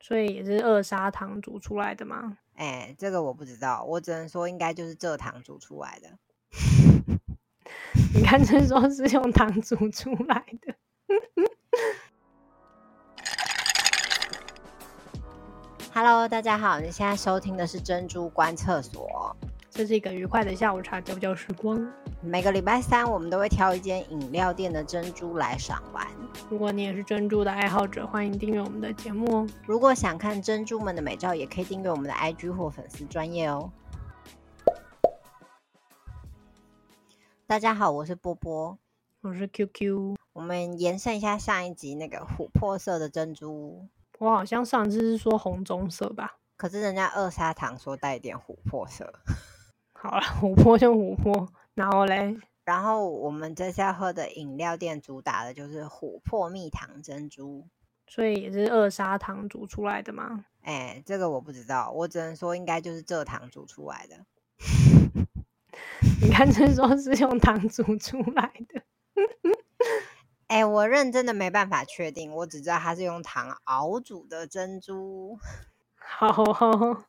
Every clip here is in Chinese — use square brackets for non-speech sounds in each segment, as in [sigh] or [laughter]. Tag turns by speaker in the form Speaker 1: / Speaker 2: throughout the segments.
Speaker 1: 所以也是二砂糖煮出来的吗？
Speaker 2: 哎，这个我不知道，我只能说应该就是蔗糖煮出来的。
Speaker 1: 你看，这说是用糖煮出来的。
Speaker 2: Hello，大家好，你现在收听的是珍珠观厕所。
Speaker 1: 这是一个愉快的下午茶交交时光。
Speaker 2: 每个礼拜三，我们都会挑一间饮料店的珍珠来赏玩。
Speaker 1: 如果你也是珍珠的爱好者，欢迎订阅我们的节目哦。
Speaker 2: 如果想看珍珠们的美照，也可以订阅我们的 IG 或粉丝专业哦。大家好，我是波波。
Speaker 1: 我是 QQ，
Speaker 2: 我们延伸一下上一集那个琥珀色的珍珠，
Speaker 1: 我好像上次是说红棕色吧？
Speaker 2: 可是人家二砂糖说带一点琥珀色。
Speaker 1: 好了，琥珀就琥珀，然后嘞，
Speaker 2: 然后我们这次要喝的饮料店主打的就是琥珀蜜糖珍珠。
Speaker 1: 所以也是二砂糖煮出来的吗？
Speaker 2: 哎，这个我不知道，我只能说应该就是蔗糖煮出来的。
Speaker 1: 你看，这说是用糖煮出来的。
Speaker 2: 哎，我认真的没办法确定，我只知道它是用糖熬煮的珍珠。
Speaker 1: 好哦，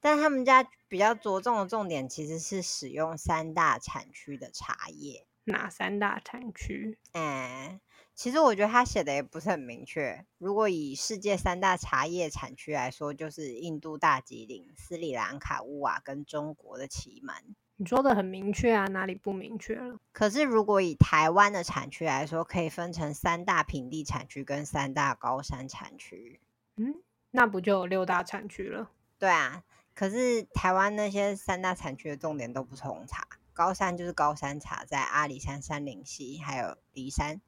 Speaker 2: 但他们家比较着重的重点其实是使用三大产区的茶叶。
Speaker 1: 哪三大产区？
Speaker 2: 哎，其实我觉得他写的也不是很明确。如果以世界三大茶叶产区来说，就是印度大吉岭、斯里兰卡乌瓦跟中国的祁门。
Speaker 1: 你说的很明确啊，哪里不明确了？
Speaker 2: 可是，如果以台湾的产区来说，可以分成三大平地产区跟三大高山产区。
Speaker 1: 嗯，那不就有六大产区了？
Speaker 2: 对啊，可是台湾那些三大产区的重点都不是红茶，高山就是高山茶，在阿里山、山林溪还有离山，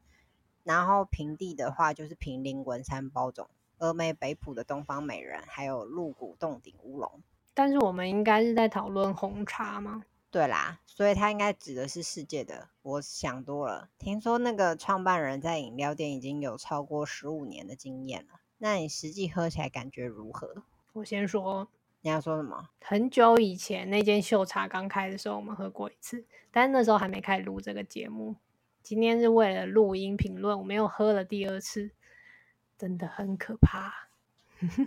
Speaker 2: 然后平地的话就是平林、文山、包种、峨眉、北埔的东方美人，还有鹿谷、洞顶乌龙。
Speaker 1: 但是我们应该是在讨论红茶吗？
Speaker 2: 对啦，所以它应该指的是世界的。我想多了，听说那个创办人在饮料店已经有超过十五年的经验了。那你实际喝起来感觉如何？
Speaker 1: 我先说，
Speaker 2: 你要说什么？
Speaker 1: 很久以前那间秀茶刚开的时候，我们喝过一次，但那时候还没开始录这个节目。今天是为了录音评论，我们又喝了第二次，真的很可怕。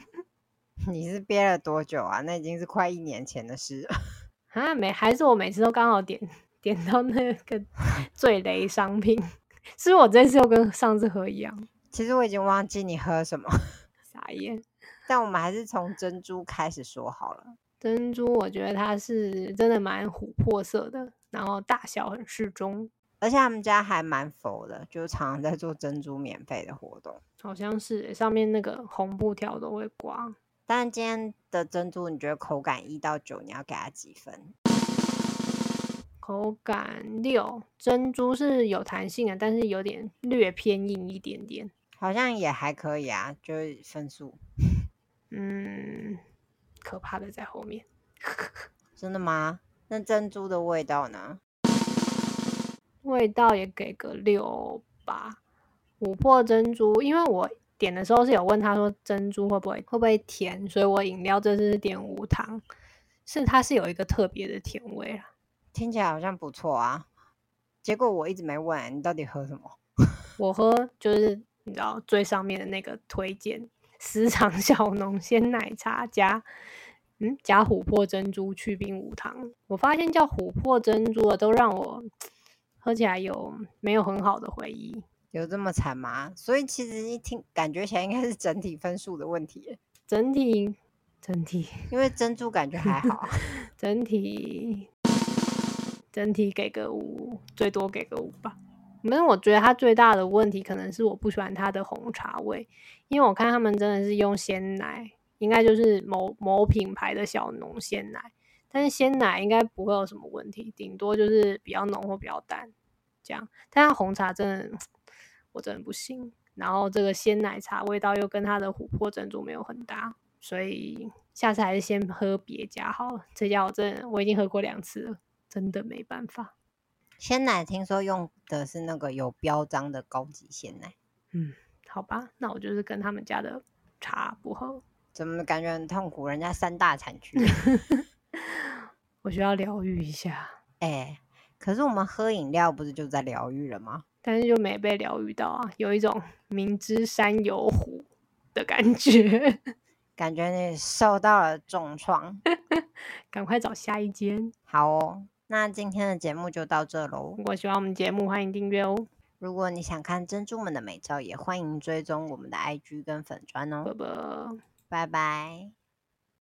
Speaker 2: [laughs] 你是憋了多久啊？那已经是快一年前的事了。 [laughs]
Speaker 1: 啊，每还是我每次都刚好点点到那个 [laughs] 最雷商品，是不是我这次又跟上次喝一样，
Speaker 2: 其实我已经忘记你喝什么，
Speaker 1: 傻眼。
Speaker 2: [laughs] 但我们还是从珍珠开始说好了。
Speaker 1: 珍珠我觉得它是真的蛮琥珀色的，然后大小很适中，
Speaker 2: 而且他们家还蛮佛的，就是常常在做珍珠免费的活动。
Speaker 1: 好像是欸上面那个红布条都会刮。
Speaker 2: 但今天的珍珠，你觉得口感一到九，你要给它几分？
Speaker 1: 口感六，珍珠是有弹性的，但是有点略偏硬一点点。
Speaker 2: 好像也还可以啊，就是分数。
Speaker 1: 嗯，可怕的在后面。
Speaker 2: 真的吗？那珍珠的味道呢？
Speaker 1: 味道也给个六吧。琥珀珍珠，因为我点的时候是有问他说珍珠会不会会不会甜，所以我饮料这次是点无糖，是它是有一个特别的甜味啦。
Speaker 2: 听起来好像不错啊。结果我一直没问你到底喝什么。
Speaker 1: 我喝就是你知道最上面的那个推荐，私藏小农鲜奶茶加嗯加琥珀珍珠去冰无糖。我发现叫琥珀珍珠的都让我喝起来有没有很好的回忆。
Speaker 2: 有这么惨吗？所以其实一听感觉起来应该是整体分数的问题耶，
Speaker 1: 整体整体
Speaker 2: 因为珍珠感觉还好啊。
Speaker 1: 整体整体给个五，最多给个五吧。反正我觉得它最大的问题可能是我不喜欢它的红茶味，因为我看他们真的是用鲜奶，应该就是某某品牌的小农鲜奶，但是鲜奶应该不会有什么问题，顶多就是比较浓或比较淡这样。但它红茶真的我真的不行，然后这个鲜奶茶味道又跟它的琥珀珍珠没有很搭，所以下次还是先喝别家好了。这家我真的我已经喝过两次了，真的没办法。
Speaker 2: 鲜奶听说用的是那个有标章的高级鲜奶，
Speaker 1: 嗯，好吧，那我就是跟他们家的茶不喝，
Speaker 2: 怎么感觉很痛苦？人家三大产区，
Speaker 1: 我需要疗愈一下，
Speaker 2: 哎、可是我们喝饮料不是就在疗愈了吗？
Speaker 1: 但是就没被疗愈到啊，有一种明知山有虎的感觉。 [laughs]
Speaker 2: 感觉你受到了重创。
Speaker 1: 赶快找下一间。
Speaker 2: 好哦，那今天的节目就到这喽
Speaker 1: 如。果喜欢我们节目，欢迎订阅哦，
Speaker 2: 如果你想看珍珠们的美照，也欢迎追踪我们的 IG 跟粉砖哦。
Speaker 1: 拜拜。
Speaker 2: 拜拜。